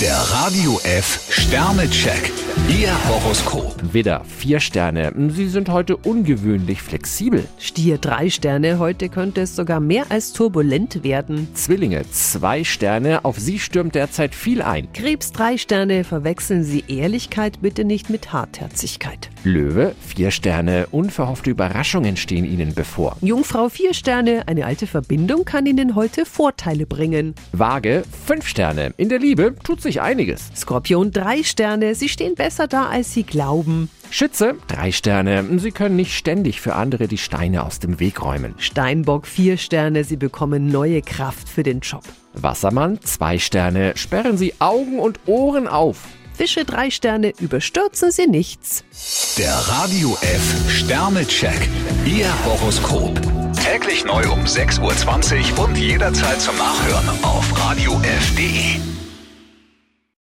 Der Radio F Sternecheck. Ihr Horoskop. Widder, vier Sterne. Sie sind heute ungewöhnlich flexibel. Stier drei Sterne, heute könnte es sogar mehr als turbulent werden. Zwillinge, zwei Sterne. Auf Sie stürmt derzeit viel ein. Krebs drei Sterne, verwechseln Sie Ehrlichkeit bitte nicht mit Hartherzigkeit. Löwe, vier Sterne. Unverhoffte Überraschungen stehen Ihnen bevor. Jungfrau vier Sterne, eine alte Verbindung kann Ihnen heute Vorteile bringen. Waage, fünf Sterne. In der Liebe tut sich einiges. Skorpion drei Sterne, Sie stehen besser da, als Sie glauben. Schütze, drei Sterne. Sie können nicht ständig für andere die Steine aus dem Weg räumen. Steinbock vier Sterne, Sie bekommen neue Kraft für den Job. Wassermann, zwei Sterne. Sperren Sie Augen und Ohren auf. Fische drei Sterne, überstürzen Sie nichts. Der Radio F Sternecheck. Ihr Horoskop. Täglich neu um 6.20 Uhr und jederzeit zum Nachhören auf Radio radiof.de.